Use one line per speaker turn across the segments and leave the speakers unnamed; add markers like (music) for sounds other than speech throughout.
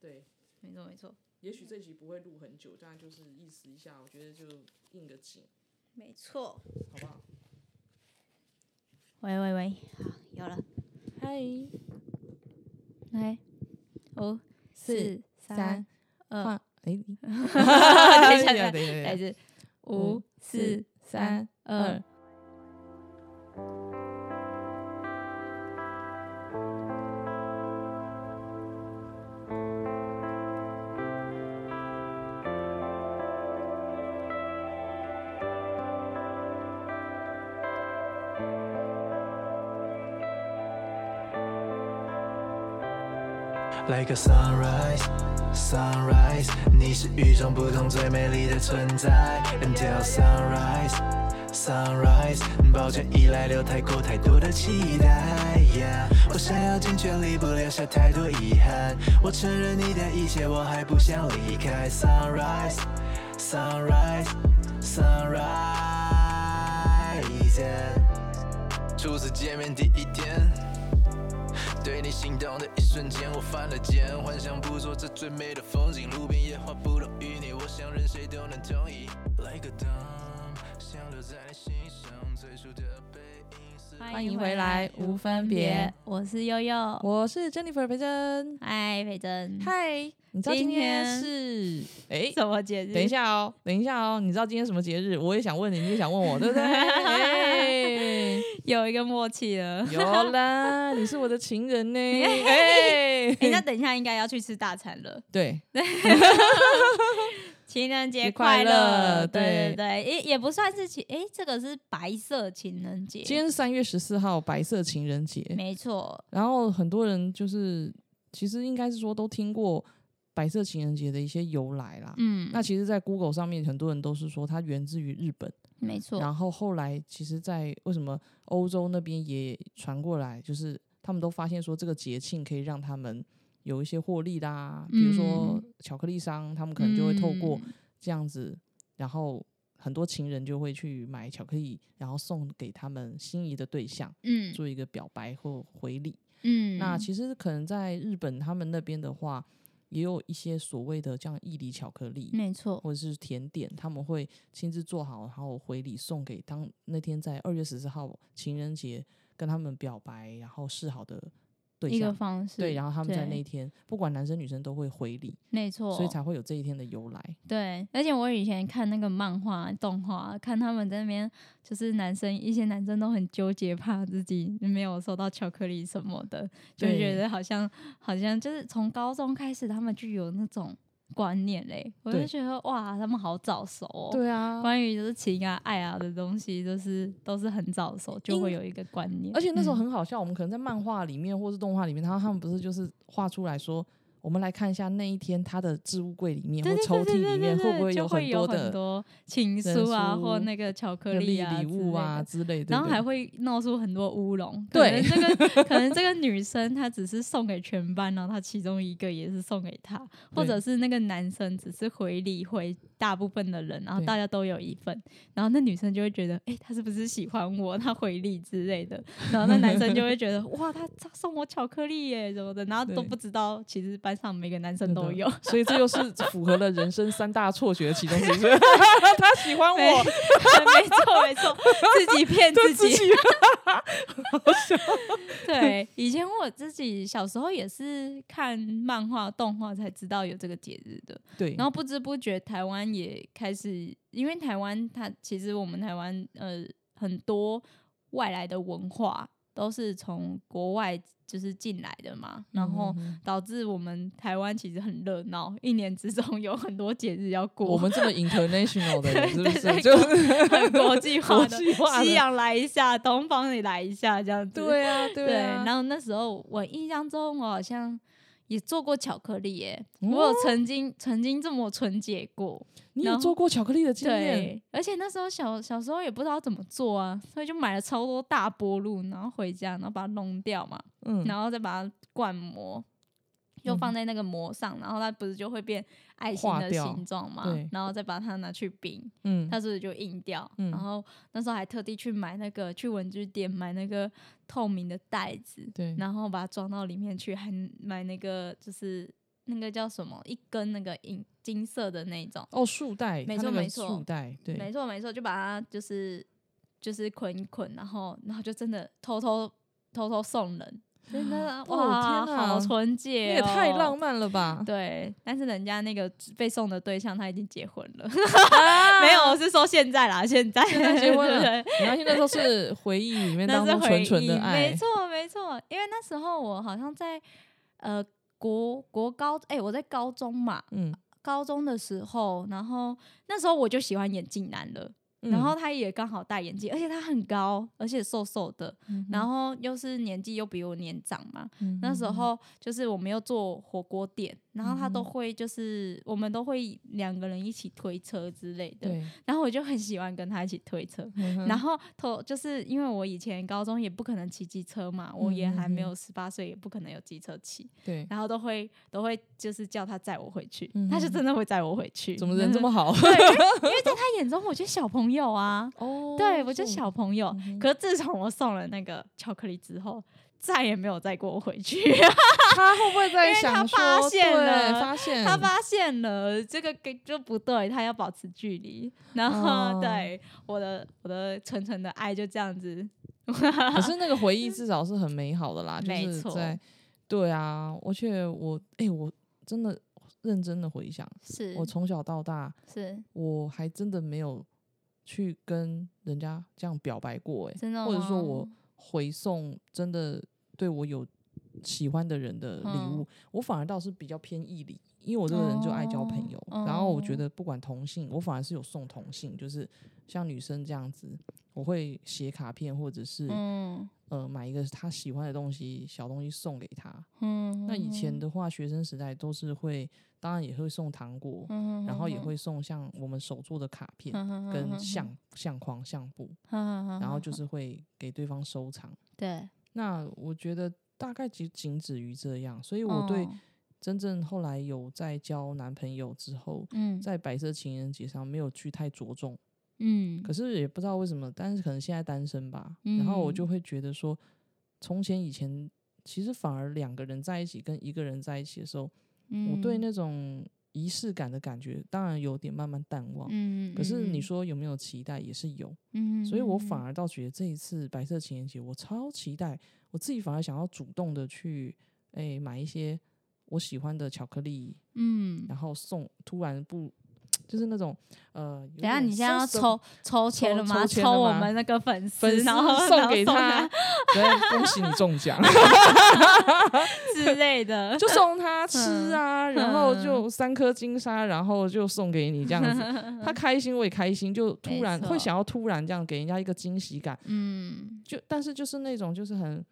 对，
没错没错，
也许这集不会录很久，但就是意思一下，我觉得就应个景，
没错。
好不好？
喂喂喂，好，有了，
嗨，
来，五四三，(laughs)
换
二，
哎，
等一下，
等一
再一
下，
次，五四三二，
Like a sunrise, sunrise，你是与众不同最美丽的存在。Until sunrise, sunrise，抱歉依赖留太过太多的期待。Yeah, 我想要尽全力，不留下太多遗憾。我承认你的一切，我还不想离开。Sunrise, sunrise, sunrise。初次见面第一天。对你心动的一瞬间，我犯了贱，幻想捕捉这最美的风景，路边野花不懂与你，我想任谁都能同意。Like a dumb，想留在你心上，最初的背影是。
欢迎回来，无分别。，
我是悠悠，
我是 Jennifer 培珍，
嗨，培珍，
嗨，你知道嗯今天是哎，
什么节日？
等一，下哦，等一下哦，你知道今天什么节日？我也想问你，你也想问我， (laughs) 对不对？哎
有一个默契
(laughs)
了。
有啦，你是我的情人呢。 (laughs) 哎，
哎，那等一下应该要去吃大餐了。
对，
情人节
节
快
快
乐！
乐
对对
对
对，也也不算是情，哎，这个是白色情人节，
今天是三月十四号，白色情人节。
没错，
然后很多人就是，其实应该是说都听过白色情人节的一些由来啦。
嗯，
那其实，在 Google 上面，很多人都是说它源自于日本，
没错，
然后后来其实，在为什么欧洲那边也传过来，就是他们都发现说这个节庆可以让他们有一些获利啦，比如说巧克力商，他们可能就会透过
嗯
这样子，然后很多情人就会去买巧克力，然后送给他们心仪的对象，
嗯
做一个表白或回礼。
嗯，
那其实可能在日本他们那边的话，也有一些所谓的这样义理巧克力，
嗯没错，
或者是甜点，他们会亲自做好，然后回礼送给当那天在二月十四号情人节跟他们表白，然后示好的对
一个
象。
方式，
对，然后他们在那
对哦
一天，不管男生女生都会回礼，
没错，
所以才会有这一天的由来。
对，而且我以前看那个漫画、动画，看他们在那边，就是男生一些男生都很纠结，怕自己没有收到巧克力什么的，就
对
觉得好像好像就是从高中开始，他们就有那种观念嘞。我就
对
觉得哇，他们好早熟哦。
对啊，
关于就是情啊、爱啊的东西，就是都是很早熟就
因
会有一个观念，
而且那时候
嗯
很好笑，我们可能在漫画里面或是动画里面，然后他们不是就是画出来说，我们来看一下那一天他的置物柜里面或
对对对
抽屉
对
里
对
面
对，
会不会
就
有
会
很
有
多
很
的
多情
人
书啊，或
书
那个巧克
热
力
力
啊
礼
之
物
类
啊
的
之类的，
然后
对
还会闹出很多乌龙。可
对
能这个 (laughs) 可能这个女生她只是送给全班，然后她其中一个也是送给她，或者
对
是那个男生只是回礼回大部分的人，然后
对
大家都有一份，然后那女生就会觉得，哎、他是不是喜欢我？他回礼之类
(laughs)
的，然后那男生就会觉得，哇，他他送我巧克力耶什么的，然后都
对
不知道其实班上每个男生
真
都
的
(laughs)
哦
有。
所以这又是符合了人生三大错觉的其中之一。所以 (laughs) 他喜欢
没
我，
没错没错，自己骗
(laughs)
自己。对，以前我自己小时候也是看漫画、动画才知道有这个节日的，
对，
然后不知不觉台湾也开始，因为台湾它其实我们台湾呃很多外来的文化都是从国外就是进来的嘛，然后
嗯。嗯嗯
导致我们台湾其实很热闹，一年之中有很多节日要过。
我们这么 international 的人，是
(laughs)
不
对对
是就是
(laughs) 很国际化的，
国际化的
西洋来一下，东方也来一下，这样子。
对啊，
对
对啊，
然后那时候我印象中，我好像也做过巧克力耶，
哦
我有曾经曾经这么纯洁过。
你
然
有
后
做过巧克力的经验？
对，而且那时候小小时候也不知道怎么做啊，所以就买了超多大波露，然后回家，然后把它弄掉嘛，
嗯，
然后再把它灌模。又放在那个膜上，然后它不是就会变爱心
化
的
掉
形状嘛
对？
然后再把它拿去冰，
嗯，
它是不是就硬掉？
嗯
然后那时候还特地去买那个去文具店买那个透明的袋子，
对，
然后把它装到里面去，还买那个就是那个叫什么一根那个银金色的那种，
哦，束带，
没
它
错
那个
没错
束带，对，
没错没错，就把它就是就是捆一捆，然后然后就真的偷偷偷偷送
(gasps)
人，真的、
哦
哇，
天哪
好纯洁、哦
你也太浪。漫了吧？
对，但是人家那个被送的对象他已经结婚了， (laughs)
(laughs)
没有，我是说现在啦，现在现
啊
(laughs)
在结婚了
对
没关系，那都是回忆里面
那
当
是
中
回
纯
忆，
纯的爱，
没错没错。因为那时候我好像在呃国国高，哎、我在高中嘛，
嗯，
高中的时候，然后那时候我就喜欢眼镜男了，
嗯，
然后他也刚好戴眼镜，而且他很高，而且瘦瘦的，
嗯
然后又是年纪又比我年长嘛，
嗯
那时
嗯
候就是我们又做火锅店，然后他都
嗯
会就是我们都会两个人一起推车之类的，
对，嗯
然后我就很喜欢跟他一起推车。然
然
后头就是因为我以前高中也不可能骑机车嘛，我也还没
嗯嗯
有十八岁，也不可能有机车骑，
对，
然后都会都会就是叫他载我回去，(laughs)
嗯
他就
嗯
真的会载我回去。嗯
怎么人
(laughs)
这么好？
因
(laughs)
为在他眼中我就是小朋友啊，
哦嗯
对我就是小朋友。
哼
可是自从我送了那个巧克力之后，再也没有载过我回去。
他会不会在
因为他
想说，
发现
对
了
发现
他发现了这个给就不对，他要保持距离。然后、
哦
对我的我的纯纯的爱就这样子，
可
(laughs)
是那个回忆至少是很美好的啦，就
没
是
错
在对啊，而且我哎、我真的认真的回想，
是
我从小到大，
是
我还真的没有去跟人家这样表白过、哎，
真的吗，哦
或者说我回送真的对我有喜欢的人的礼物，
嗯
我反而倒是比较偏义理，因为我这个人就爱交朋友，
哦
然后我
哦
觉得不管同性，我反而是有送同性，就是像女生这样子，我会写卡片或者是、
嗯
呃买一个她喜欢的东西，小东西送给她。
嗯，
那以前的话，学生时代都是会，当然也会送糖果，
嗯，
然后也会送像我们手做的卡片。跟
像，
相相框、相簿，
然
然后就是会给对方收藏。
嗯对，
那我觉得大概仅仅止于这样，所以我对
嗯
真正后来有在交男朋友之后，
嗯
在白色情人节上没有去太着重，
嗯
可是也不知道为什么，但是可能现在单身吧，然后我就
嗯
会觉得说，从前以前其实反而两个人在一起跟一个人在一起的时候，我对
嗯
那种仪式感的感觉，当然有点慢慢淡忘。
嗯，
可是你
嗯，
说有没有期待，也是有，
嗯
所以我反
而
而倒觉得这一次白色情人节，我超期待，我自己反而想要主动的去，哎、买一些我喜欢的巧克力，
嗯，
然后送，突然不，就是那种，呃，
等
有
一下
点
你现在要
sense of
抽抽钱
抽
了吗？
抽签
抽
了
我
吗
们那个粉丝，
(laughs) 粉丝
然后
送给他
他，
对，恭喜你中奖，
(laughs) 之类的，
(laughs) 就送他吃
(laughs)
啊，然后就
嗯
三颗金沙，然后就送给你这样子，
(laughs)
他开心我也开心，就突
没
然
错
会想要突然这样给人家一个惊喜感，
嗯，
就但是就是那种就是很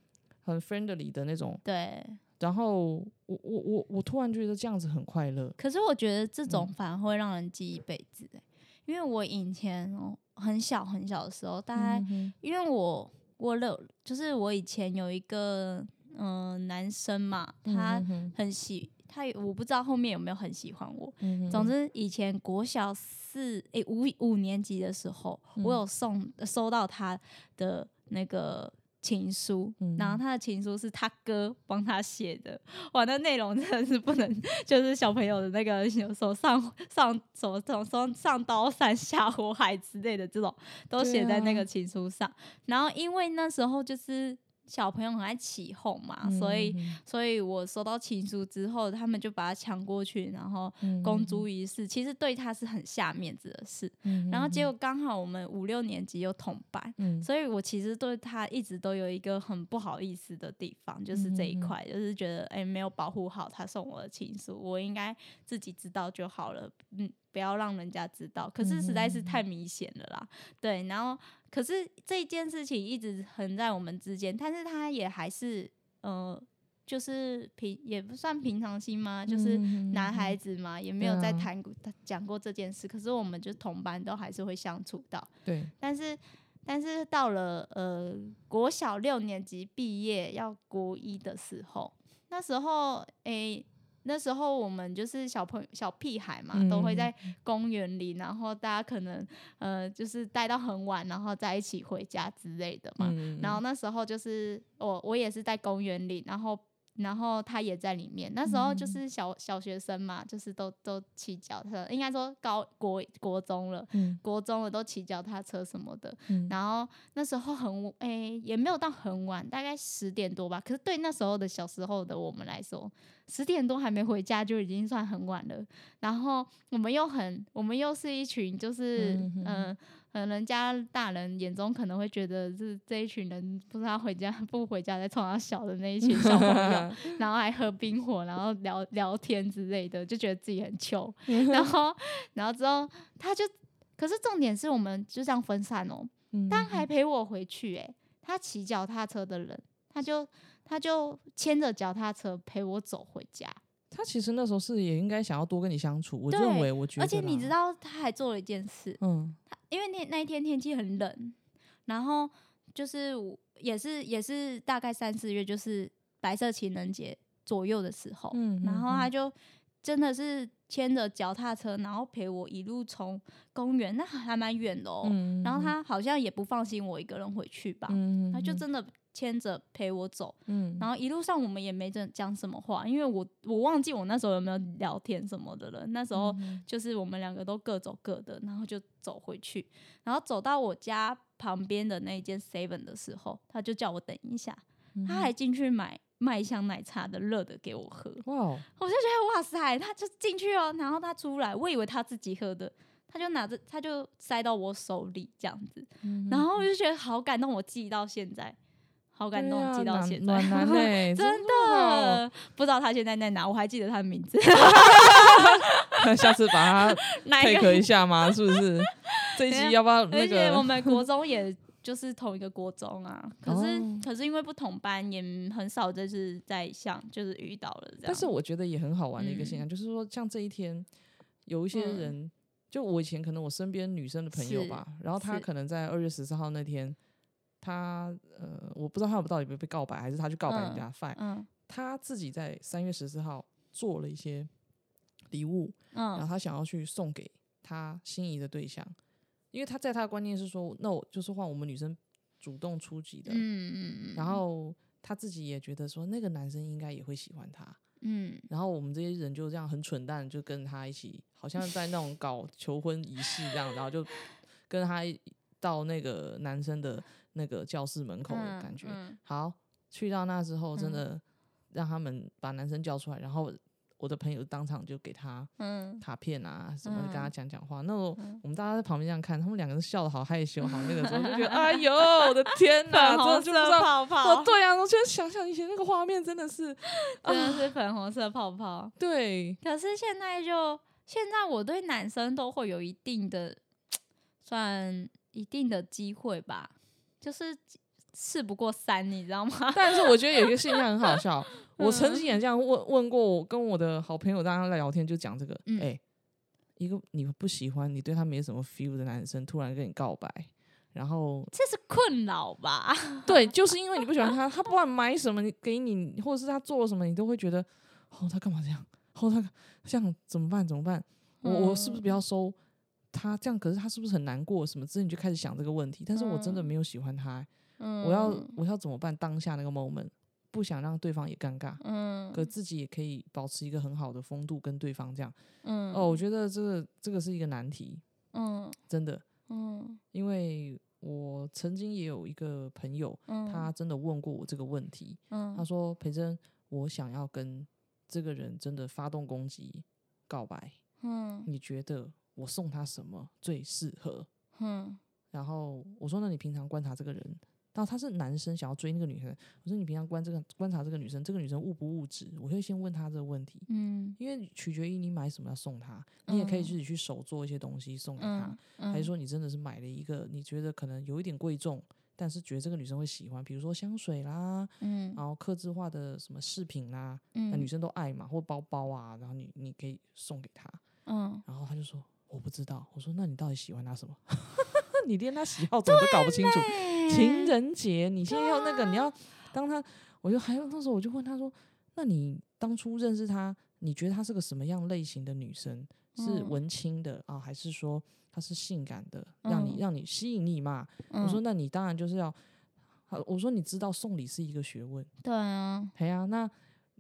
很 friendly 的那种。
对。
然后我我我我突然觉得这样子很快乐，
可是我觉得这种
嗯
反而会让人记一辈子、欸，因为我以前哦很小很小的时候，大
嗯
概、因为我我有就是我以前有一个嗯、呃男生嘛，
嗯
他很喜他也，我不知道后面有没有很喜欢我。
嗯
总之，以前国小四诶、五五年级的时候，我
嗯
有送收到他的那个情书，
嗯
然后他的情书是他哥帮他写的，哇，那内容真的是不能，就是小朋友的那个有手上上什么什么上上刀山下火海之类的这种，都
对
写在那
啊
个情书上。然后因为那时候就是小朋友很爱起哄嘛，
嗯
所以所以我收到情书之后，他们就把他抢过去，然后公诸于世。其实对他是很下面子的事。然后结果刚好我们五六年级又同班，
嗯
所以我其实对他一直都有一个很不好意思的地方，就是这一
嗯嗯嗯
块，就是觉得哎、没有保护好他送我的情书，我应该自己知道就好了，嗯，不要让人家知道。可
嗯
是实在是太明显了啦，对。然后可是这件事情一直横在我们之间，但是他也还是呃，就是平也不算平常心嘛，
嗯
就是。男孩子嘛，也没有
对
在
啊
谈过讲过这件事，可是我们就同班都还是会相处到，
对
但是但是到了呃国小六年级毕业要国一的时候，那时候诶、那时候我们就是小朋小屁孩嘛，都会
嗯
在公园里，然后大家可能呃就是待到很晚，然后再一
嗯
起回家之类的嘛。然后那时候就是我我也是在公园里，然后然后他也在里面。那时候就是小、小学生嘛，就是都都骑脚踏，应该说高国国中了，
嗯
国中了都骑脚踏车什么的。
嗯
然后那时候很诶、也没有到很晚，大概十点多吧。可是对那时候的小时候的我们来说，十点多还没回家就已经算很晚了。然后我们又很，我们又是一群就是
嗯哼
嗯。呃可能人家大人眼中可能会觉得是这一群人不知道回家不回家在冲他小的那一群小朋友，
(laughs)
然后还喝冰火，然后聊聊天之类的，就觉得自己很糗。
(laughs)
然后，然后之后他就，可是重点是我们就这样分散哦。
嗯
但还陪我回去、欸，他骑脚踏车的人，他就他就牵着脚踏车陪我走回家。
他其实那时候是也应该想要多跟你相处，我认
对
为我觉得，
而且你知，道，他还做了一件事，
嗯
因为那那一天天气很冷，然后就是我也是也是大概三四月，就是白色情人节左右的时候，
嗯
然后他
嗯
就真的是牵着脚踏车，然后陪我一路从公园，那还蛮远的哦。
嗯
然后，他好像也不放心我一个人回去吧，
嗯
他就，真的牵着陪我走，
嗯
然后一路上我们也没讲讲什么话，因为我我忘记我那时候有没有聊天什么的了。那时
嗯
候就是我们两个都各走各的，然后就走回去，然后走到我家旁边的那一间 Seven 的时候，他就叫我等一下，
嗯
他还进去买麦香奶茶的热的给我喝，
哇哦，
我就觉得哇塞，他就进去哦，然后他出来，我以为他自己喝的，他就拿着他就塞到我手里这样子，
嗯
然后我就觉得好感动，我记到现在，好感动，
对啊
记到
暖
现在，
暖男
(laughs)
嘞，哦
真
的
的 (laughs) 不知道他现在在哪，我还记得他的名
(laughs)
字，
好， (laughs) 下次把
(laughs)
他
哪一
take
个？
一下吗？是不
(laughs)
是？这一
等一
集
下
要不要
而
那
且我
(laughs) 个？
们国中也就是同一个国中啊，可是、
哦
可是因为不同班，也很少就是在像就是遇到了这样，
但是我觉得也很好玩的一个
嗯
现象，就是说，像这一天，有一些
嗯
人，就我以前可能我身边女生的朋友
是
吧，然后她
是
可能在二月十四号那天，她呃，我不知道她有到底有没有被告白，还是她去告白人
嗯
家，fine，
嗯
她自己在三月十四号做了一些礼物，然后
嗯
她想要去送给她心仪的对象，因为她在她的观念是说，那我就是换我们女生主动出击的，
嗯嗯，
然后她自己也觉得说那个男生应该也会喜欢她，
嗯
然后我们这些人就这样很蠢蛋，就跟他一起，好像在那种搞求婚仪式这样，然后就跟他一到那个男生的那个教室门口的感觉。
嗯
好，去到那之后，真的让他们把男生叫出来，然后我的朋友当场就给他
嗯
卡片啊什么的，跟他
嗯
讲讲话。那时候我们大家在旁边这样看，他们两个人笑的好害羞，好那个时候就
(laughs)
觉得，哎呦，我的 (laughs) 天哪，
粉
真的
红色
就不知道。
泡泡
哦，， (laughs) 对啊，我现在想想以前那个画面，真的是
真的是粉红色泡泡。
对，
可是现在就现在，我对男生都会有一定的算一定的机会吧，就是事不过三，你知道吗？ (laughs)
但是我觉得有一个现象很好笑，我
嗯
曾经也这样问问过我跟我的好朋友，大家在聊天就讲这个，哎、
嗯
一个你不喜欢、你对他没什么 feel 的男生突然跟你告白，然
(laughs)
后
这是困扰吧？
对，就是因为你不喜欢他，他不管买什么你给你，或者是他做了什么，你都会觉得，哦，他干嘛这样？哦，他这样怎么办？怎么办？我我是不
嗯
是不要收他？这样可是他是不是很难过？什么之类你就开始想这个问题。但是我真的
嗯
没有喜欢他、
嗯
我要我要怎么办？当下那个 moment，不想让对方也尴尬，
嗯
可自己也可以保持一个很好的风度跟对方这样。
嗯
哦，我觉得这个这个是一个难题，
嗯
真的，
嗯
因为我曾经也有一个朋友，
嗯
他真的问过我这个问题，
嗯
他说：“培珍，我想要跟这个人真的发动攻击告白，
嗯
你觉得我送他什么最适合？”
嗯
然后我说：“那你平常观察这个人，然后他是男生想要追那个女生，我说你平常观这个观察这个女生，这个女生物不物质？我会先问他这个问题，
嗯
因为取决于你买什么要送他，你也可以
嗯
自己去手做一些东西送给他
嗯，，嗯
还是说你真的是买了一个你觉得可能有一点贵重，但是觉得这个女生会喜欢，比如说香水啦，
嗯
然后刻字化的什么饰品啦，哦那
嗯
女生都爱嘛，或包包啊，然后你你可以送给她，
嗯
然后他就说我不知道，我说那你到底喜欢他什么？ (laughs) 你连他喜好怎么都搞不清楚。
嗯
情人节你现在要那个，
啊
你要当他，我就还有那时候我就问他说，那你当初认识他，你觉得她是个什么样类型的女生？是
嗯
文青的啊，还是说她是性感的，让你
嗯
让你吸引你嘛？我说那你当然就是要，好我说你知道送礼是一个学问，
对啊
哎呀、那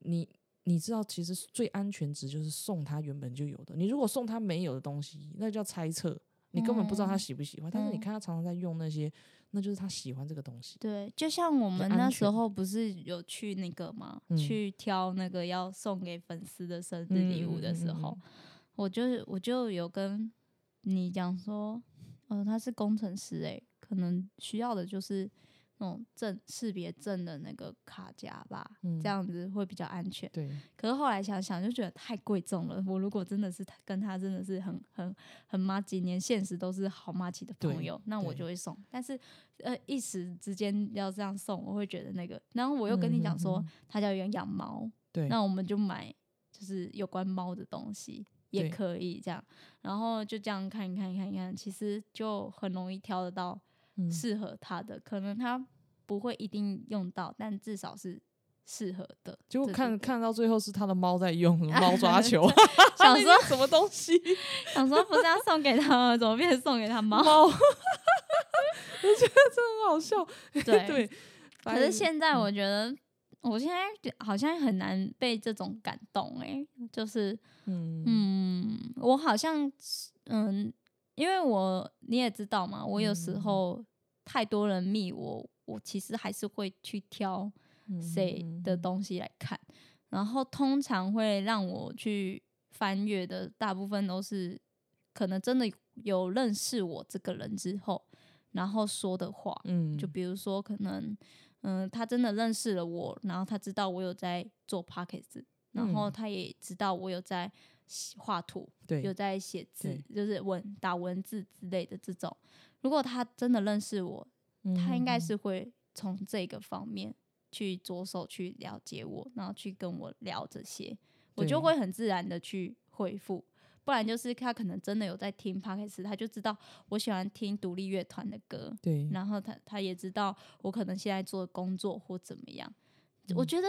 你你知道，其实最安全值就是送他原本就有的。你如果送他没有的东西，那叫猜测，你根本不知道他
嗯
喜不喜欢。但是你
嗯
看他常常在用那些，那就是他喜欢这个东西。
对，就像我们那
安
时
全
候不是有去那个嘛，
嗯
去挑那个要送给粉丝的生日礼物的时候，
嗯嗯嗯
我就是我就有跟你讲说，呃，他是工程师诶、可能需要的就是那种证识别证的那个卡夹吧，
嗯
这样子会比较安全。
对，
可是后来想想就觉得太贵重了，我如果真的是跟他真的是很很很妈几年，现实都是好妈几的朋
对
友，那我
对
就会送。但是呃，一时之间要这样送，我会觉得那个。然后我又跟你讲说，
嗯嗯嗯
他家有养猫，
对，
那我们就买就是有关猫的东西也
对
可以这样。然后就这样看一看一看一看，其实就很容易挑得到
嗯
适合他的，可能他不会一定用到，但至少是适合的。
结果
对对
看
对
看到最后是他的猫在
(laughs)
用猫抓球，
想说
什么
(laughs)
东西？
想说不是要送给他吗？怎 (laughs) 么变成送给他猫？ (laughs)
猫，我 (laughs) 觉得这很好笑。
对
(laughs) 对，
可
嗯
是现在我觉得，我现在觉好像很难被这种感动哎、就是
嗯嗯
嗯，我好像嗯，因为我你也知道嘛，我有时
嗯
候太多人密我，我其实还是会去挑
嗯
谁的东西来看，然后通常会让我去翻阅的，大部分都是可能真的有认识我这个人之后，然后说的话，
嗯
就比如说可能，嗯、他真的认识了我，然后他知道我有在做 p o c k e t 然后
嗯
他也知道我有在写画图，有
对
在写字，
对
就是文打文字之类的这种。如果他真的认识我，他
嗯
应该是会从这个方面去着手去了解我，然后去跟我聊这些，我就
对
会很自然的去回复。不然就是他可能真的有在听 p o d c a s t 他就知道我喜欢听独立乐团的歌，
对
然后他他也知道我可能现在做的工作或怎么样。我
嗯
觉得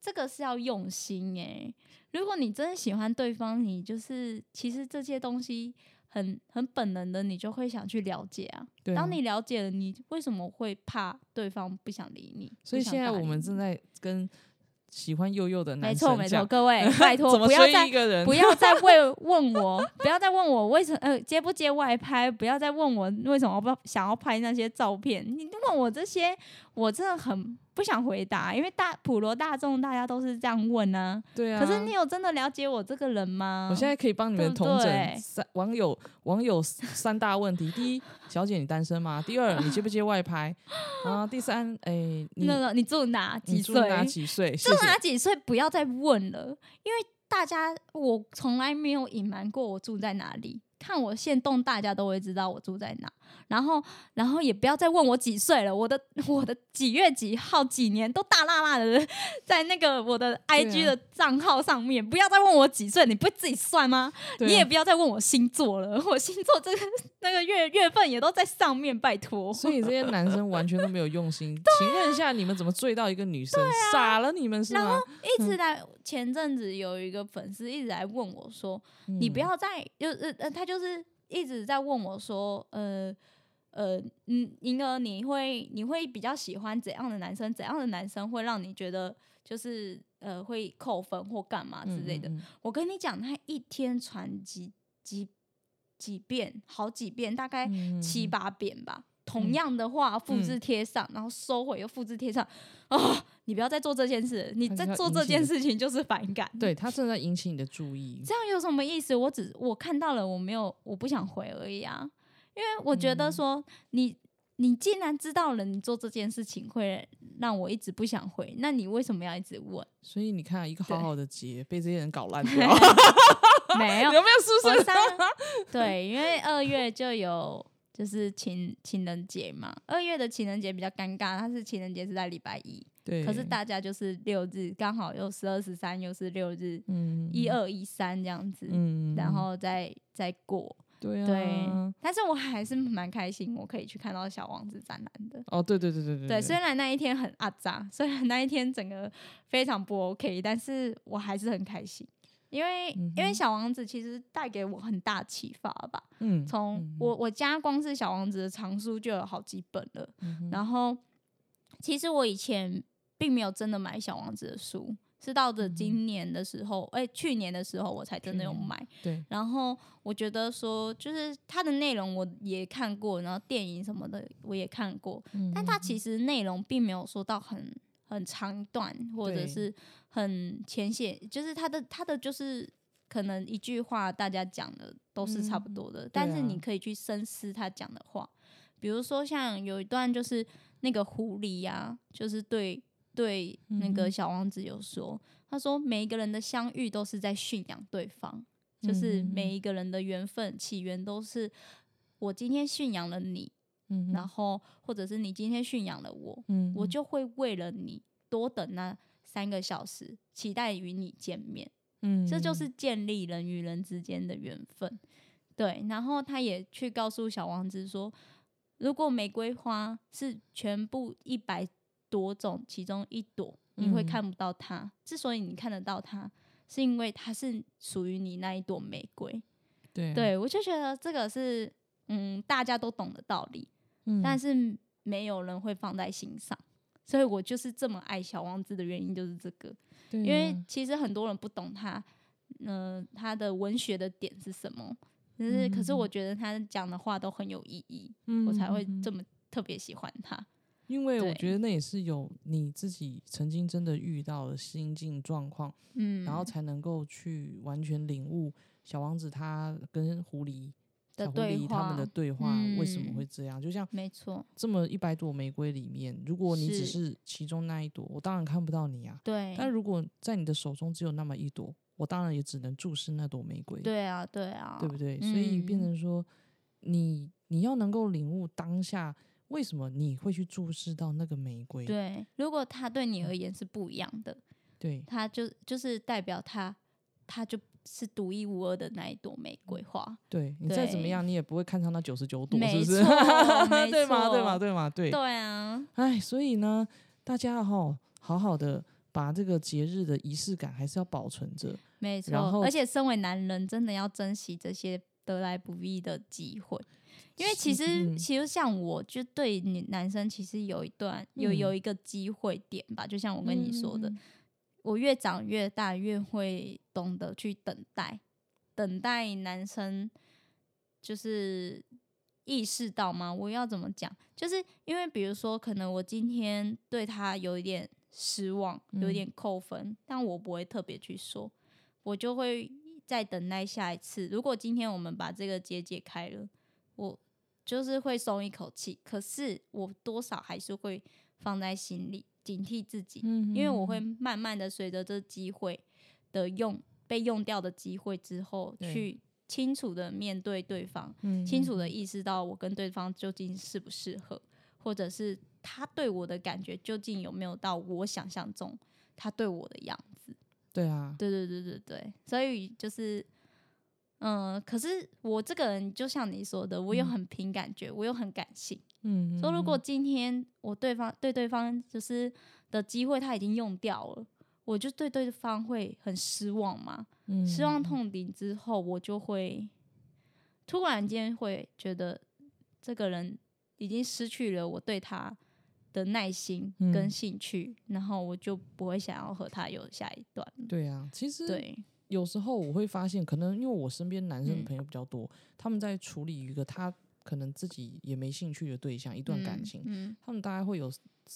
这个是要用心诶、如果你真的喜欢对方，你就是其实这些东西很很本能的，你就会想去了解啊。
对啊
当你了解了，你为什么会怕对方不想理你？
所以
不想
现在
搭
我
理
们
你
正在跟喜欢悠悠的
没
男
错
生
没
(laughs)
错，
讲
各位拜托
怎么
不要
追
再
一个人？
不要再问 (laughs) 问我，不要再问我为什么呃接不接外拍，不要再问我为什么不想要拍那些照片。你问我这些，我真的很不想回答，因为大普罗大众大家都是这样问啊。
对啊。
可是你有真的了解我这个人吗？
我现在可以帮你
对
们
不
统
对
整三网友网友三大问题：第一，小姐你单身吗？第二，你接不接外拍？然后第三，哎，你
那个你住哪？
你
几
住
岁？啊
哪
(laughs)
几岁？谢
住哪
谢。
几岁不要再问了，因为大家我从来没有隐瞒过我住在哪里。看我现动，大家都会知道我住在哪。然后，然后也不要再问我几岁了，我的 (laughs) 我的几月几号几年都大辣辣的在那个我的 IG
啊
的账号上面。不要再问我几岁，你不会自己算吗？
对
你也
啊
不要再问我星座了，我星座这个那个月月份也都在上面，拜托。
所以这些男生完全都没有
(laughs)
用心。
啊
请问一下，你们怎么追到一个女生？ (laughs) 傻了你们是
然
吗？
一
嗯
直来，前阵子有一个粉丝一直来问我说，你不
嗯
要再就是、呃、他就是一直在问我说，呃呃，嗯，银儿你会你会比较喜欢怎样的男生？怎样的男生会让你觉得就是呃会扣分或干嘛之类的？
嗯嗯嗯
我跟你讲，他一天传几几几遍，好几遍，大概
嗯嗯
七
嗯
八遍吧。同样的话复制贴上，然后收回又复制贴上。啊、你不要再做这件事，你
他
再
就要
做这
引起
件
哎你
事情就是反感。
对他正在引起你的注意。
这样有什么意思？我只我看到了，我没有，我不想回而已啊。因为我觉
嗯
得说，你你既然知道了你做这件事情会让我一直不想回，那你为什么要一直问？ (laughs)
所以你看，啊一个
对
好好的结被这些人搞
(laughs)
烂掉，有
没有
没，有
我
是不是？
三
(laughs)
对，因为二月就有就是情情人节嘛，二月的情人节比较尴尬，它是情人节是在礼拜一，
对，
可是大家就是六日，刚好又十二十三又是六日，
嗯
一，二一三这样子，
嗯
然后再再过。
对啊，
对，但是我还是蛮开心，我可以去看到小王子展览的。
哦，对对对对对
对，虽然那一天很阿杂，虽然那一天整个非常不 OK，但是我还是很开心，因为、因为
嗯哼
小王子其实带给我很大启发吧。
嗯，
从
嗯
我我家光是小王子的藏书就有好几本了，
嗯
然后其实我以前并没有真的买小王子的书，是到的今年的时候，哎、去年的时候我才真的有
嗯去年
买。
对，
然后我觉得说，就是它的内容我也看过，然后电影什么的我也看过，
嗯
但它其实内容并没有说到很很长段，或者
对
是很浅显，就是它的它的就是可能一句话大家讲的都是差不多的，但是
啊
你可以去深思他讲的话，比如说像有一段就是那个狐狸呀、就是对。对那
嗯
个
哼
小王子有说，他说每一个人的相遇都是在驯养对方，就是
嗯哼
每一个人的缘分起源都是我今天驯养了你，
嗯
然后或者是你今天驯养了我，
嗯
我就会为了你多等那三个小时，期待与你见面。
嗯
这就是建立人与人之间的缘分。对，然后他也去告诉小王子说，如果玫瑰花是全部一百多种其中一朵，你会
嗯
看不到它。之所以你看得到它，是因为它是属于你那一朵玫瑰。
对，
对我就觉得这个是嗯大家都懂的道理，但
是
是没有人会放在心上。所以我就是这么爱小王子的原因就是这个，
嗯
因为
啊
其实很多人不懂他，嗯，他的文学的点是什么，但
嗯
是、可是我觉得他讲的话都很有意义，我才会这么特别喜欢他。
嗯因为我
对
觉得那也是有你自己曾经真的遇到的心境状况，
嗯，
然后才能够去完全领悟小王子他跟狐狸
的
小狐
对
狸他们的
话
对话为什么
嗯
会这样。就像
没错，
这么一百朵玫瑰里面，如果你只
是
是其中那一朵，我当然看不到你啊。
对，
但如果在你的手中只有那么一朵，我当然也只能注视那朵玫瑰，
对啊，对啊，
对不对？所以
嗯
变成说，你你要能够领悟当下为什么你会去注视到那个玫瑰，
对，如果他对你而言是不一样的，
嗯对
他就就是代表他，他就是独一无二的那一朵玫瑰花。
对，你再怎么
对
样，你也不会看上那九十九朵，是
没
不是？ (laughs)
错没
对吗？对
错
吗？对吗？对。
对啊，
哎，所以呢，大家哈、好好的把这个节日的仪式感还是要保存着。
没
然
错。
后
而且身为男人，真的要珍惜这些得来不易的机会，因为其
是
实、
嗯
其实像我就对你男生其实有一段有
嗯
有一个机会点吧，就像我
我
跟你说的，我越长越大，越会懂得去等待，等待男生就是意识到吗？我要怎么讲？就是因为比如说，可能我今天对他有一点失望，有一点扣分，但我不会特别去说，我就会再等待下一次。如果今天我们把这个结解开了，我就是会松一口气，可是我多少还是会放在心里，警惕自己。
嗯
因为我会慢慢的随着这机会的用被用掉的机会之后，
对
去清楚的面对对方，
嗯
清楚的意识到我跟对方究竟适不适合，或者是他对我的感觉究竟有没有到我想象中他对我的样子。
对啊，
对对对对对，所以就是。嗯，可是我这个人就像你说的，我又很凭感觉，我又很感性，
嗯，
说如果今天我对方对对方就是的机会他已经用掉了，我就对对方会很失望嘛？
嗯
失望痛顶之后，我就会突然间会觉得这个人已经失去了我对他的耐心跟
嗯
兴趣，然后我就不会想要和他有下一段了。
对啊，其实
对，
有时候我会发现，可能因为我身边男生
嗯
朋友比较多，他们在处理一个他可能自己也没兴趣的对象，一段感
嗯
情，
嗯
他们大概会有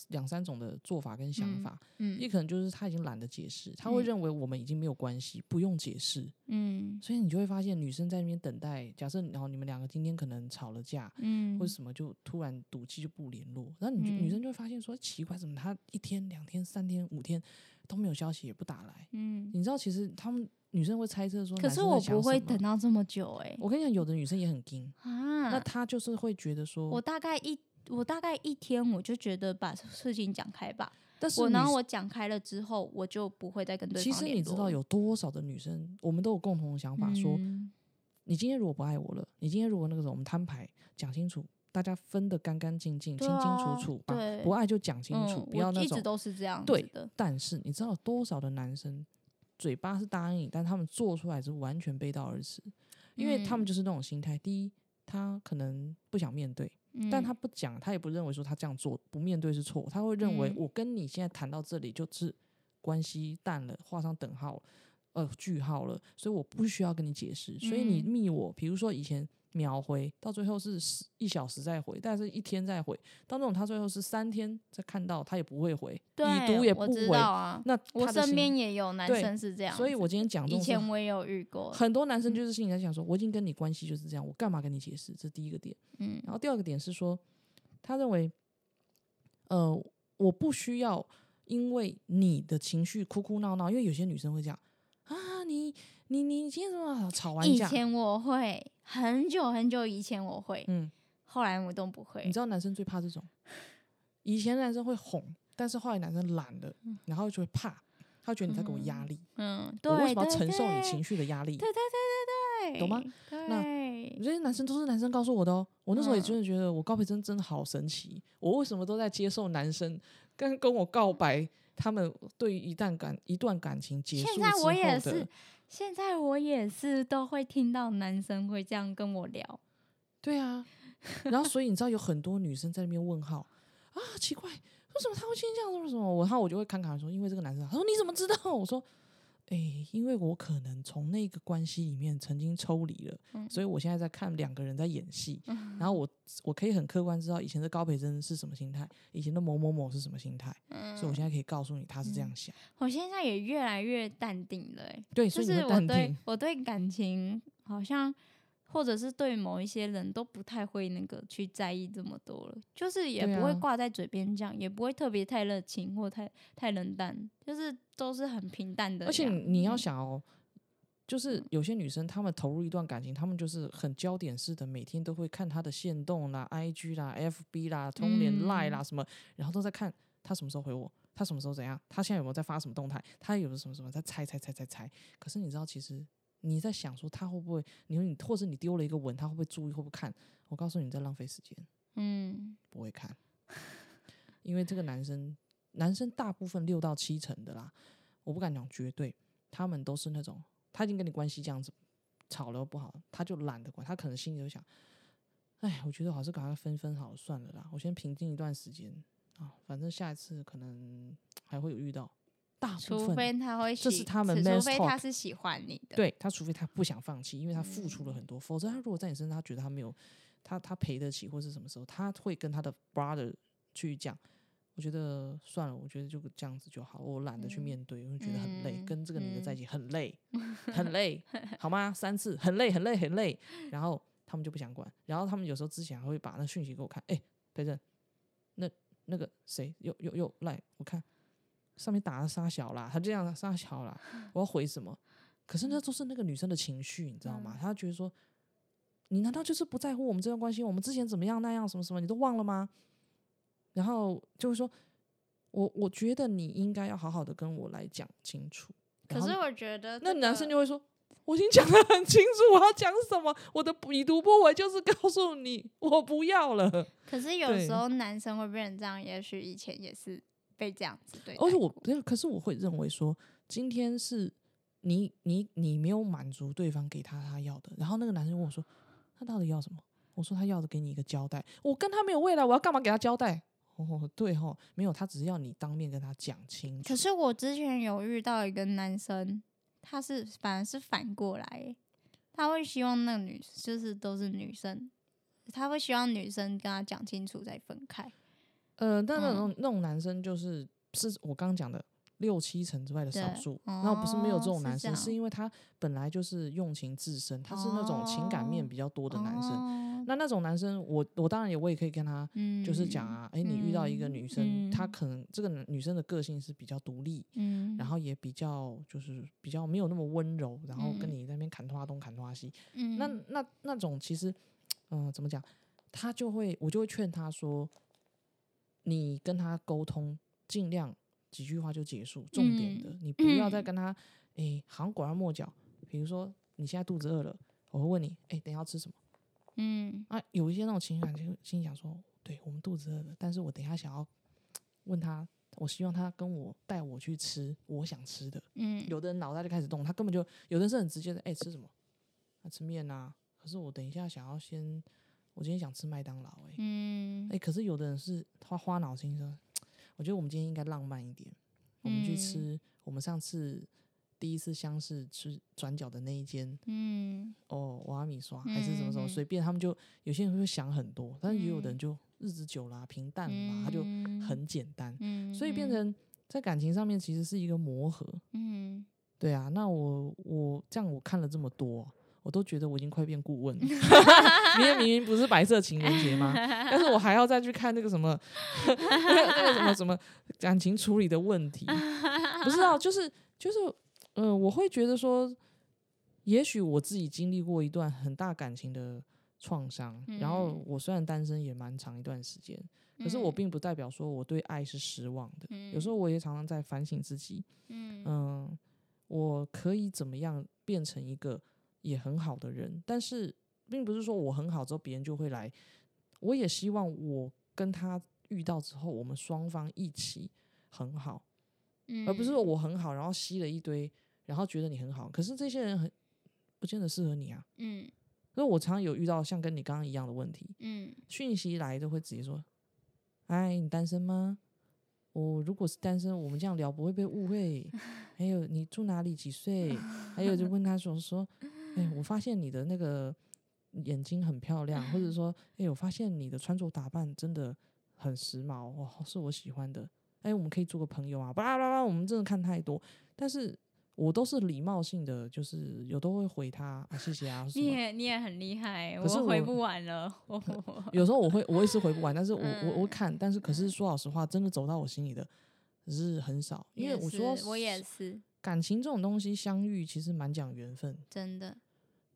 两三种的做法跟想
嗯
法。
嗯
也可能就是他已经懒得解释，他会
嗯
认为我们已经没有关系，不用解释。
嗯
所以你就会发现，女生在那边等待。假设然后你们两个今天可能吵了架，
嗯
或者什么，就突然赌气就不联络。然后你就、女
嗯
生就会发现说，奇怪，怎么他一天、两天、三天、五天都没有消息，也不打来？
嗯，
你知道，其实他们女生会猜测说，
可
男
是
生在
我
想
不会
什么
等。到这么久哎、
我跟你讲，有的女生也很硬，
啊，
那她就是会觉得说，
我大概一我大概一天，我就觉得把事情讲开吧。
但是
我然
女
后
生
我讲开了之后，我就不会再跟对
其
方
实
联
你知
络
道
了
有多少的女生，我们都有共同的想法，说
嗯
你今天如果不爱我了，你今天如果那个什么，我们摊牌讲清楚，大家分得干干净净、
对
清清
啊
楚楚，把
对
不爱就讲清楚，
嗯
不要
我
那
一直
种。
都是这样
对
子的，
但是你知道有多少的男生嘴巴是答应你，但他们做出来是完全背道而驰，因为他们
嗯
就是那种心态。第一，他可能不想面对，但
嗯
他不讲，他也不认为说他这样做不面对是错，他会认为
嗯
我跟你现在谈到这里就是关系淡了，画上等号，呃，句号了，所以我不需要跟你解释。所以你
嗯
密我，比如说以前秒回，到最后是十一小时再回，但是一天再回，到那种他最后是三天再看到，他也不会回，已
对，
读也不
我知
回。
道啊。
那
我
他的
身
心
边也有男
对
生是这样子，
所以我今天讲这
以
种事
前我嗯也有遇过，
很多男生就是心里在想说，我已经跟你关系就是这样，我干嘛跟你解释？这是第一个点。
嗯
然后第二个点是说，他认为，呃，我不需要因为你的情绪哭哭闹闹，因为有些女生会这样啊，你你你今天怎么吵完
以
架？
前我会，很久很久以前我会，
嗯，
后来我都不会
你知。道男生最怕这
(laughs)
种，以前男生会哄，但是后来男生懒了，然后就会怕，他觉得你在给我压力，
嗯，对，
我为什么要
对
承受你
对
情绪的压力？
对对对对对，
懂吗？那
对，
我觉得男生都是男生告诉我的哦。我那时候也
嗯
真的觉得我告白真真的好神奇，我为什么都在接受男生跟跟我告白，他们对于一段感一段感情结束
现
之
在
后
我也
的
是，现在我也是都会听到男生会这样跟我聊，
对啊。然后所以你知道有很多女生在那边问号啊，奇怪，为什么他会先这样？为什么？我然后我就会侃侃而说，因为这个男生。他说你怎么知道？我说。哎、因为我可能从那个关系里面曾经抽离了，
嗯
所以我现在在看两个人在演戏， (laughs) 然后我我可以很客观知道以前的高培真是什么心态，以前的某某某是什么心态，
嗯，
所以我现在可以告诉你他是这样
嗯
想。
我现在也越来越淡定了、欸，
对，所
就
以
是
你会
我
淡
对
定。
我对感情好像，或者是对某一些人都不太会那个去在意这么多了，就是也
对
不会
啊
挂在嘴边讲，也不会特别太热情或太太冷淡，就是都是很平淡的。嗯
而且你要，想哦，就是有些女生她们投入一段感情，她们就是很焦点式的，每天都会看她的线动啦、IG 啦、FB 啦、通联 Line 啦什么，然后都在看她什么时候回我，她什么时候怎样，她现在有没有在发什么动态，她有没有什么什么在猜猜猜猜猜。可是你知道，其实你在想说她会不会，你说你或是你丢了一个吻，她会不会注意，会不会看？我告诉你，你在浪费时间。
嗯，
不会看， (laughs) 因为这个男生，男生大部分六到七成的啦，我不敢讲绝对，他们都是那种他已经跟你关系这样子吵了又不好，他就懒得管，他可能心里就想，哎，我觉得我还是赶快分分好了算了啦，我先平静一段时间啊，反正下一次可能还会有遇到，大部
除
分
非他会喜，
这是他们
除
men's
非他
talk
是喜欢你的，，嗯
对他，除非他不想放弃，因为他付出了很多，否则他如果在你身上，他觉得他没有，他他赔得起或是什么时候，他会跟他的 brother 去讲。我觉得算了，我觉得就这样子就好，我懒得去
嗯
面对，我就觉得很累，
嗯
跟这个女的在一
嗯
起很累，
(laughs)
很累，好吗？三次很累，很累，很累，然后他们就不想管，然后他们有时候之前还会把那讯息给我看，哎、培正，那那个谁又又又赖我看上面打了沙小啦，他这样沙小啦，我要回什么？可是那都是那个女生的情绪，你知道吗？
嗯
她觉得说，你难道就是不在乎我们这段关系？我们之前怎么样那样什么什么，你都忘了吗？然后就会说，我我觉得你应该要好好的跟我来讲清楚。
可
然后
是我觉得、
那男生就。会说：“我已经讲的很清楚，我要讲什么，我的已读不回就是告诉你我不要了。
可是有
对
时候男生会变成这样，也许以前也是被这样子对待。
而且我哦不是，可是我会认为说，今天是你你你没有满足对方给他他要的，然后那个男生问我说：“他到底要什么？”我说：“他要的给你一个交代，我跟他没有未来，我要干嘛给他交代？”哦，对哦，没有，他只是要你当面跟他讲清楚
可。是我之前有遇到一个男生，他是反而是反过来欸，他会希望那个女就是都是女生，他会希望女生跟他讲清楚再分开。
呃，但那
嗯
种、那种男生就是是我刚刚讲的六七成之外的少
对
数，然后不是没有这
哦
种
是
男
这
生，是
样
因为他本来就是用情至深，他是那种情感面
哦
比较多的男生。
生，
那那种男生，我我当然也我也可以跟他
嗯
就是讲，啊，哎、你遇到一个女生，她
嗯
可能这个女女生的个性是比较独立，
嗯，
然后也比较就是比较没有那么温柔，然后跟
嗯
你在那边砍拖东砍拖西，
嗯，
那那那种其实，嗯、怎么讲？他就会，我就会劝他说，你跟他沟通，尽量几句话就结束，重点的，你不要再
嗯
跟他，诶，好像拐弯抹角。比如说，你现在肚子饿了，我会问你，诶，等一下要吃什么？
嗯
啊，有一些那种情感就心想说，对我们肚子饿了，但是我等一下想要问他，我希望他跟我带我去吃我想吃的。
嗯，
有的人脑袋就开始动，他根本就有的人是很直接的，哎、吃什么？啊，吃面啊。可是我等一下想要先，我今天想吃麦当劳、哎、
嗯
哎、可是有的人是花花脑筋说，我觉得我们今天应该浪漫一点，我们去
嗯
吃、我们上次第一次相识吃转角的那一间
嗯，
哦，瓦米刷还是什么什
嗯嗯
么，
嗯
随便他们就有些人会想很多，但是也有的
嗯
人就日子久了啊、平淡了嘛，他就
嗯，
很简单，
嗯，
所以变
嗯，
成在感情上面其实是一个磨合。
嗯，
对啊，那我我这样我看了这么多，我都觉得我已经快变顾
(laughs)
问了。明天明明不是白色情人节吗？但是我还要再去看那个什么 (laughs) 那个那个什么什么感情处理的问题，不知道、就是就是呃，我会觉得说，也许我自己经历过一段很大感情的创伤，然后
嗯
我虽然单身也蛮长一段时间，可是我
嗯，
并不代表说我对爱是失望的。有时候我也常常在反省自己，
嗯，
嗯，我可以怎么样变成一个也很好的人？但是并不是说我很好之后别人就会来。我也希望我跟他遇到之后，我们双方一起很好，而
嗯
不是说我很好，然后吸了一堆，然后觉得你很好，可是这些人很不见得适合你啊。
嗯，
所以我常常有遇到像跟你刚刚一样的问题，
嗯
讯息来都会直接说：“哎，你单身吗？我如果是单身，我们这样聊不会被误会。还有你住哪里？几岁？还有就问他说说，哎，我发现你的那个眼睛很漂亮，或者说，哎，我发现你的穿着打扮真的很时髦，哦，是我喜欢的。哎，我们可以做个朋友啊！巴拉巴拉，我们真的看太多，但是我都是礼貌性的，就是有都会回他啊，谢谢啊。什
你
么
也你也很厉害，
可是
我回
我
不完了，我 (laughs)
有时候我会我也是回不完，但是我我
嗯
我会看，但是可是说老实话，真的走到我心里的是很少，因
也
为我说
是我也
是
是
感情这种东西相遇其实蛮讲缘分，
真的，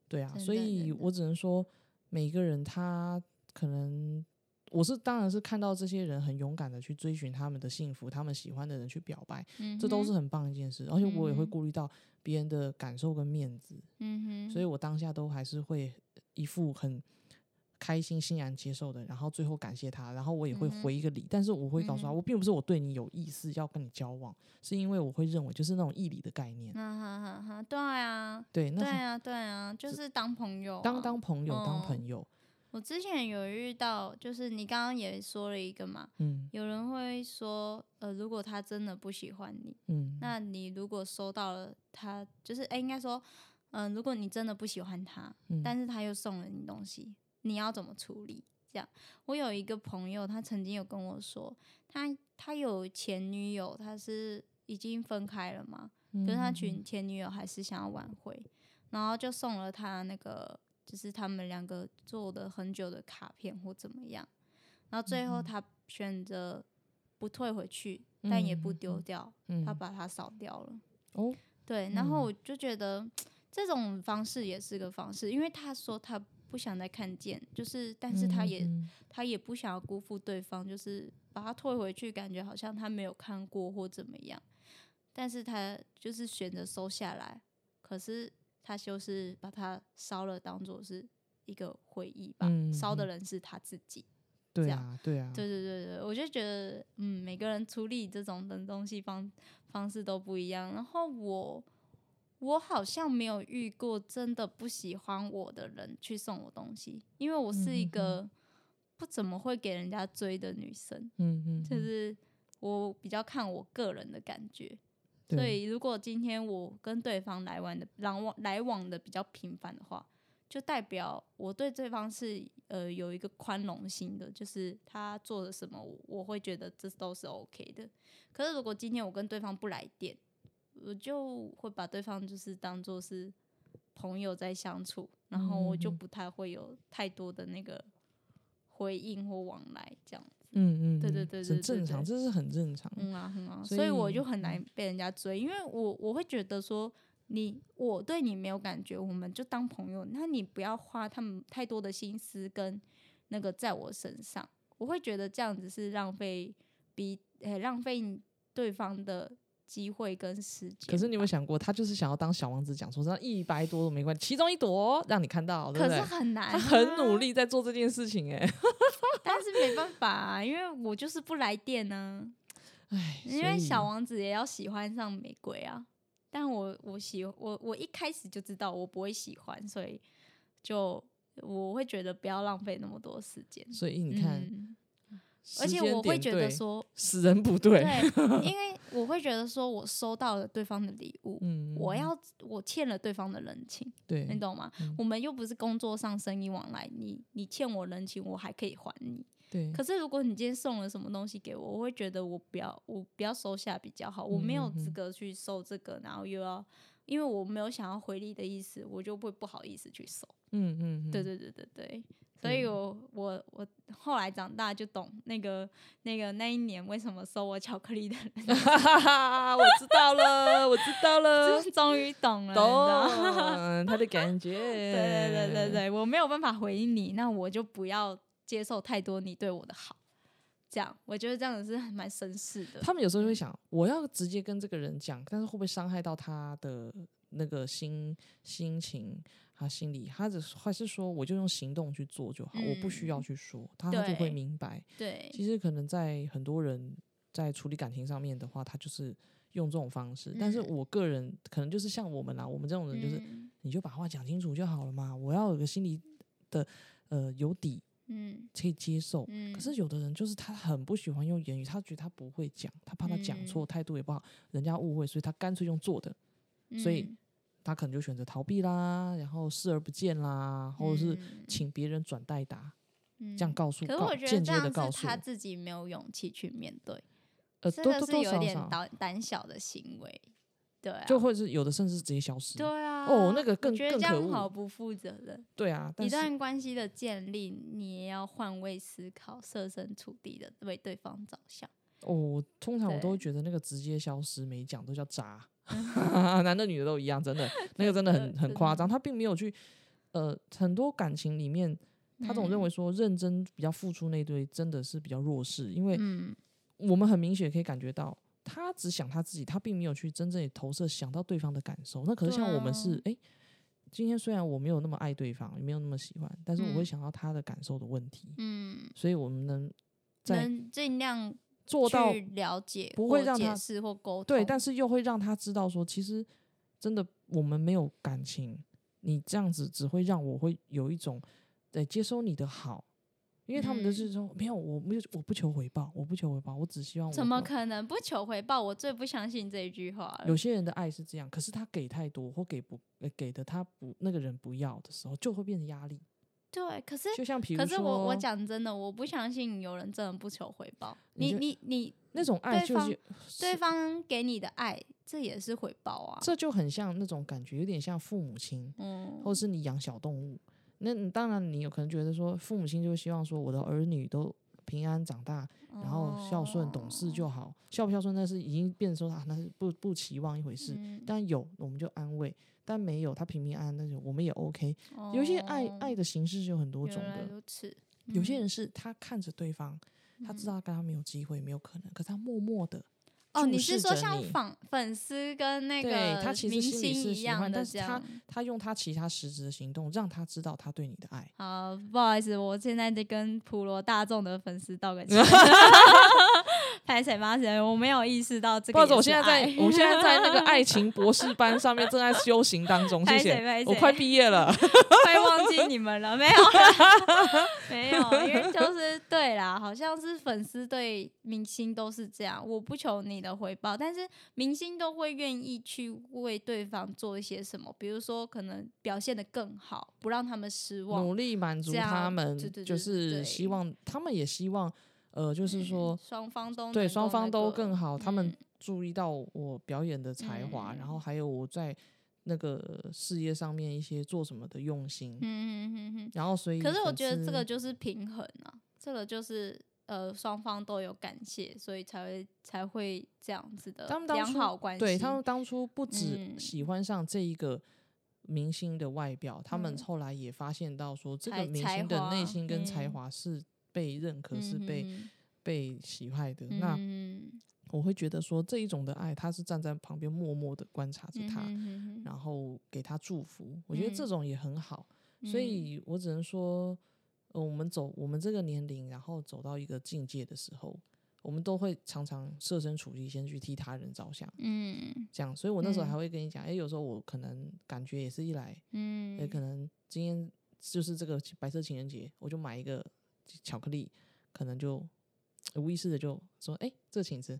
对啊，
真
所
的
以
真的
我只能说每个人他可能我是当然是看到这些人很勇敢的去追寻他们的幸福，他们喜欢的人去表白，
嗯，
这都是，很棒一件事，而且我也会
嗯哼
顾虑到别人的感受跟面子，
嗯哼，
所以我当下都还是会一副很开心、欣然接受的，然后最后感谢他，然后我也会
嗯哼
回一个礼，但是我会告诉他，
嗯哼
我并不是我对你有意思要跟你交往，是因为我会认为就是那种义理的概念，
啊哈哈哈，对啊，对
对，那
啊，对啊，就是当朋友、啊，
当当朋友，当朋友，
我之前有遇到，就是你刚刚也说了一个嘛，
嗯
有人会说，呃，如果他真的不喜欢你，
嗯，
那你如果收到了他，就是哎、应该说，嗯、如果你真的不喜欢他，
嗯
但是他又送了你东西，你要怎么处理？这样，我有一个朋友，他曾经有跟我说，他他有前女友，他是已经分开了嘛，
嗯
可是他前前女友还是想要挽回，然后就送了他那个就是他们两个做的很久的卡片或怎么样，然后最后
嗯
他选择不退回去，但也不
嗯嗯
丢掉，
嗯
他把它扫掉了。
哦，
对，然后
嗯
我就觉得这种方式也是个方式，因为他说他不想再看见，就是但是他也、
嗯
他也不想要辜负对方，就是把他退回去，感觉好像他没有看过或怎么样，但是他就是选择收下来，可是他就是把它烧了，当做是一个回忆吧，
嗯
烧的
嗯
人是他自己。
对
样
啊对啊，
对对对对，我就觉得，嗯，每个人处理这种的东西方方式都不一样。然后我我好像没有遇过真的不喜欢我的人去送我东西，因为我是一
嗯嗯嗯
个不怎么会给人家追的女生，
嗯嗯，
就
嗯
是我比较看我个人的感觉。
嗯对
所以如果今天我跟对方来往的来往来往的比较频繁的话，就代表我对对方是呃有一个宽容心的，就是他做了什么，我我会觉得这都是 OK 的。可是如果今天我跟对方不来电，我就会把对方就是当做是朋友在相处，然后我就
嗯嗯嗯
不太会有太多的那个回应或往来这样。
嗯嗯，
对对
嗯
对对
很
对
正
对
常，这是很正常，
嗯啊，嗯啊，
所
所以我
以嗯
就很难被人家追，因为我我会觉得说你我对你没有感觉，我们就当朋友，那你不要花他们太多的心思跟那个在我身上，我会觉得这样子是浪费比呃浪费你对方的机会跟时间。
可是你有没有想过，他就是想要当小王子，讲说那一百朵都没关系，其中一朵让你看到，对
可
不
是
对？
很难、啊
他很努，力在做这件事情、
(laughs)
哎，
但是没办法、啊，因为我就是不来电呢、
哎，
因
所
为
以
小王子也要喜欢上玫瑰啊，但我我喜我我一开始就知道我不会喜欢，所以就我会觉得不要浪费那么多时间。
所以你看，
嗯而且
时间
我会
点
觉得
对
说，
死人不对，
对，
(laughs)
因为我会觉得说我收到了对方的礼物，
嗯，
我要我欠了对方的人情，
对，嗯
你懂吗？我们又不是工作上生意往来，你你欠我人情，我还可以还你。
对，
可是如果你今天送了什么东西给我，我会觉得我不要，我不要收下比较好。我没有
嗯嗯
资
嗯
格去收这个，然后又要，因为我没有想要回礼的意思，我就会不好意思去收。
嗯嗯，
对
嗯，
对对对对，所以
对
我我我后来长大就懂那个那个那一年为什么收我巧克力的人，
哈哈哈， (laughs) 我知道了，我知道
(laughs)
了，
就终于懂了，你知道吗 (laughs)
懂他的感觉，对
对对对对对，我没有办法回应你，那我就不要接受太多你对我的好。这样，我觉得这样子是还蛮绅士的。
他们有时候会想，我要直接跟这个人讲，但是会不会伤害到他的那个心心情，他心里，他只是还是说，我就用行动去做就好，我不需要
嗯
去说，他他就
对
会明白。
对，
其实可能在很多人在处理感情上面的话，他就是用这种方式。但是
嗯
我个人可能就是像我们啦，我们这种人就是，
嗯
你就把话讲清楚就好了嘛。我要有个心里的呃有底
嗯
可以接受，
嗯，
可是有的人就是他很不喜欢用言语，他觉得他不会讲，他怕他讲
嗯
错，态度也不好，人家误会，所以他干脆用做的，所以
嗯
他可能就选择逃避啦，然后视而不见啦，或者是
嗯
请别人转代答，这样
嗯
告诉，
可是
告
我觉得
间
这
接
样
的告
是
诉，
他自己没有勇气去面对，
呃，
这
多
个
多
是
多
有一
少
点
少，
胆胆小的行为，对啊，
就会是有的甚至直接消失，
对啊，
哦那个
我
更
觉得
更
这
可
样
恶
好不负责任。
对啊，但
一
是
段关系的建立，你也要换位思考，设身处地的为对方着想。
哦，通常我都
对
会觉得那个直接消失没讲都叫
(laughs)
渣，男的女的都一样，真的，那个真的
真
很
的
很夸张。他并没有去，呃，很多感情里面，他总认
嗯
为说认真比较付出那对真的是比较弱势，因为
嗯，
我们很明显可以感觉到，他只想他自己，他并没有去真正地投射想到对方的感受。那可是
对
像我们
啊
是，哎、今天虽然我没有那么爱对方，也没有那么喜欢，但是我会
嗯
想到他的感受的问题，
嗯，
所以我们能在
能尽量
做到
去了解，
不会让
解
他
释或沟通。
对，但是又会让他知道说，其实真的我们没有感情，你这样子只会让我会有一种对接收你的好，因为他们
嗯
就是说、没有，我没有，我不求回报，我不求回报，我只希哦望我
怎么
的
可能不求回报？我最不相信这一句话了
有。些人的爱是这样，可是他给太多或给不呃给的他不那个人不要的时候，就会变成压力。
对，可是
就像比如
可
说，
是我我讲真的，我不相信有人真的不求回报。
你
你
就
你你，
那种爱
对
就
方
是
对方给你的爱，这也是回报啊。
这就很像那种感觉，有点像父母亲，
嗯，
或是你养小动物，那你当然你有可能觉得说，父母亲就希望说我的儿女都平安长大，然后
哦
孝顺懂事就好。孝不孝顺那是已经变成说啊，那是不不期望一回事。
嗯
但有我们就安慰，但没有他平平安安那就我们也 OK。有一些爱
哦
爱的形式是有很多
原
种
来
的，
如此。
有些
嗯
人是他看着对方，他知道他跟他没有机会，没有可能，可是他默默的。
哦，
注
你
视
是说
着
像
你
粉粉丝跟那
对
个
他其实
明
心里
星
是
一
喜
样
欢
的
但是
这
他
样？
他用他其他实质的行动让他知道他对你的爱。
好，不好意思，我现在在跟普罗大众的粉丝道个
(laughs)
歉， (laughs) 拍谁拍谁，我没有意识到这个
不好
也
意思，
是爱。
我现在在，我现在在那
(laughs)
个爱情博士班上面正在修行当中，谢
拍谁
谢
拍，
我
谁
快毕业了。
(laughs) 快忘记你们了，没
(laughs)
有啦，没有，因为就是对啦，好像是粉丝对明星都是这样，我不求你的回报，但是明星都会愿意去为对方做一些什么，比如说可能表现的更好，不让他们失望，
努力满足
这样
他们
对对，对
就是
对
希望他们也希望，呃，就是说，
嗯双方都
对
能够
双方
那
都
个
更好，他们
嗯
注意到我表演的才华，
嗯
然后还有我在那个事业上面一些做什么的用心，
嗯嗯嗯嗯。
然后所以
可是我
粉
觉得这个
丝
就是平衡啊，这个就是呃双方都有感谢，所以才会才会这样子的
他们当
呃良
初
好关系。
对他们当初不止
嗯
喜欢上这一个明星的外表，他们
嗯
后来也发现到说，这个
才
明
才
星的内
华
心跟才
嗯
华是被认可、是
嗯
被
嗯
被喜爱的。
嗯
那
嗯
我会觉得说，这一种的爱，他是站在旁边默默的观察着
嗯
他，
嗯嗯
然后给他祝福。我觉得这
嗯
种也很好，所
嗯
以我只能说，呃，我们走我们这个年龄，然后走到一个境界的时候。我们都会常常设身处地，先去替他人着想，
嗯
这样，所以我那时候还
嗯
会跟你讲，哎、有时候我可能感觉也是一来，
嗯，
也可能今天就是这个白色情人节，我就买一个巧克力，可能就无意识的就说，哎、这个请吃，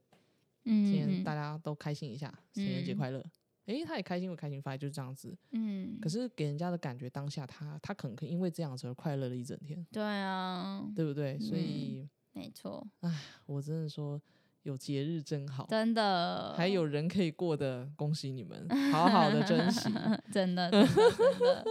嗯
今天大家都开心一下，情人节
嗯
快乐。哎、他也开心，我开心，反正就是这样子。
嗯，
可是给人家的感觉，当下他他可能可以因为这样子而快乐了一整天，
对啊，
对不对？所
嗯
以
没错，
哦我真的说，有节日真好，
真的，
还有人可以过的，恭喜你们，好好的
(laughs)
珍惜。
真的，真的，真
(laughs)
的，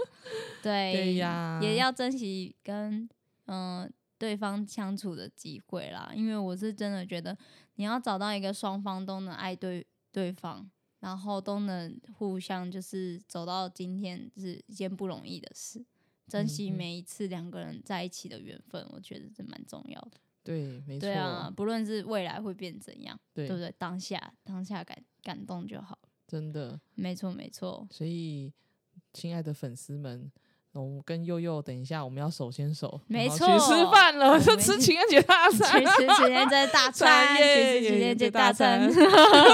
对，
嗯对呀
也要珍惜跟嗯、对方相处的机会啦。因为我是真的觉得，你要找到一个双方都能爱对对方，然后都能互相就是走到今天，是一件不容易的事。珍惜
嗯哼
每一次两个人在一起的缘分，我觉得这蛮重要的。
对，没错，
对啊，不论是未来会变怎样，
对
对不对？当下当下感感动就好了。
真的。
没错，没错。
所以，亲爱的粉丝们，我们跟佑佑，等一下我们要手牵手，
没
然后
错
去吃饭了，
没
就吃情人节大
去
餐。
(laughs) 吃情人节
(laughs)
大餐，去
耶
吃情
耶
人节
这
大
大
餐
餐，
(laughs)
(laughs)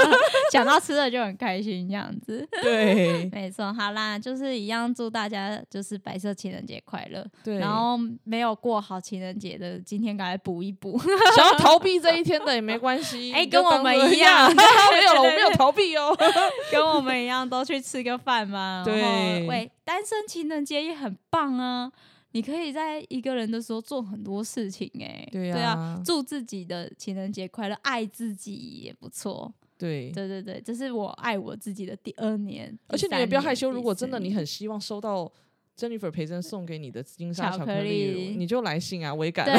想到吃的就很开心，这样子。 (laughs)
对
没错，好啦，就是一样，祝大家就是白色情人节快乐。
对，
(laughs) 然后没有过好情人节的，今天赶快补一
(laughs)
补。
想要逃避这一天的也没关系，
哎
你就
跟我
当
们
作
一
一样，
样
(laughs) 没有了，我
对对
没有
(laughs) 对
逃避哦。
跟我们一样都去吃个饭嘛。然后
对
喂，单身情人节也很棒啊！你可以在一个人的时候做很多事情、哎，
对啊
祝自己的情人节快乐，爱自己也不错。
对，
对对对，这是我爱我自己的第二年，
而且
第
你也
三
不要
年
害羞，如
第
果
四
真的你
年
很希望收到。Jennifer 培珍送给你的金沙
巧
巧
克
克力
力，
你就来信啊，微感。
对，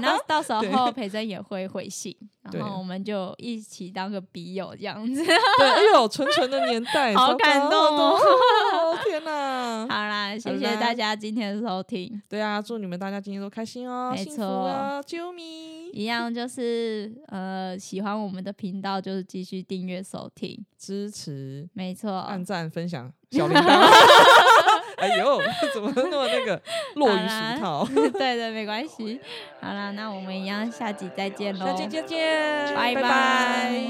然后到时
(laughs) 对
候培珍也会回信，
对
然后我们就一起当个笔友这样子。 (laughs)
对，哎呦，纯纯的年代，
好
糟糕
感动哦！
糟糕 (laughs) 天
(laughs)
哪！
好啦，谢
好
谢
啦
大家今天的收听，
对啊，祝你们大家今天都开心哦，
没
幸福
错
哦，啾咪
一样就是呃，喜欢我们的频道就是继续订阅收听，
支持、
没错，
(laughs) 按赞、分享、小铃铛。 (laughs) 哎呦， (laughs) 怎么那么那个落于俗套？
(laughs) (laughs) 对对，没关系。好啦，那我们一样下集再见喽，
下期再见，
拜
拜
I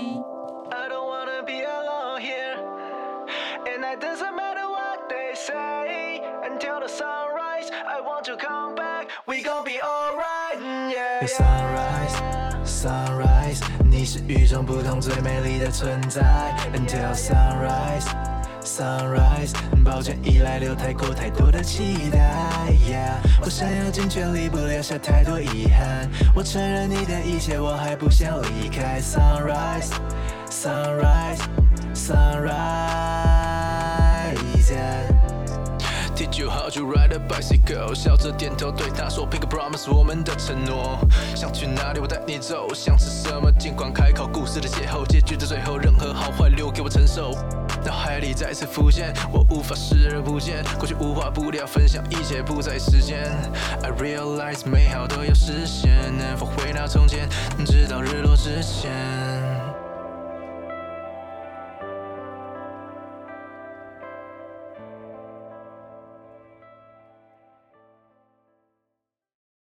don't wanna be alone here. And it doesn't matter what they say. Until the sunrise, I want to come back. We gon' be alright, mm, yeah. yeah. Sunrise, sunrise, 你是与众不同最美丽的存在。Until sunrise, sunrise，抱歉依赖留太过太多的期待，yeah。我想要尽全力，不留下太多遗憾。我承认你的一切，我还不想离开。Sunrise。Sunrise, sunrise. yeah. Did you how to ride a bicycle？笑着点头对他说，Pick a promise，我们的承诺。想去哪里，我带你走。想吃什么，尽管开口。故事的邂逅，结局的最后，任何好坏留给我承受。脑海里再次浮现，我无法视而不见。过去无话不聊，分享一切不在时间。I realize 美好都要实现，能否回到从前，直到日落之前。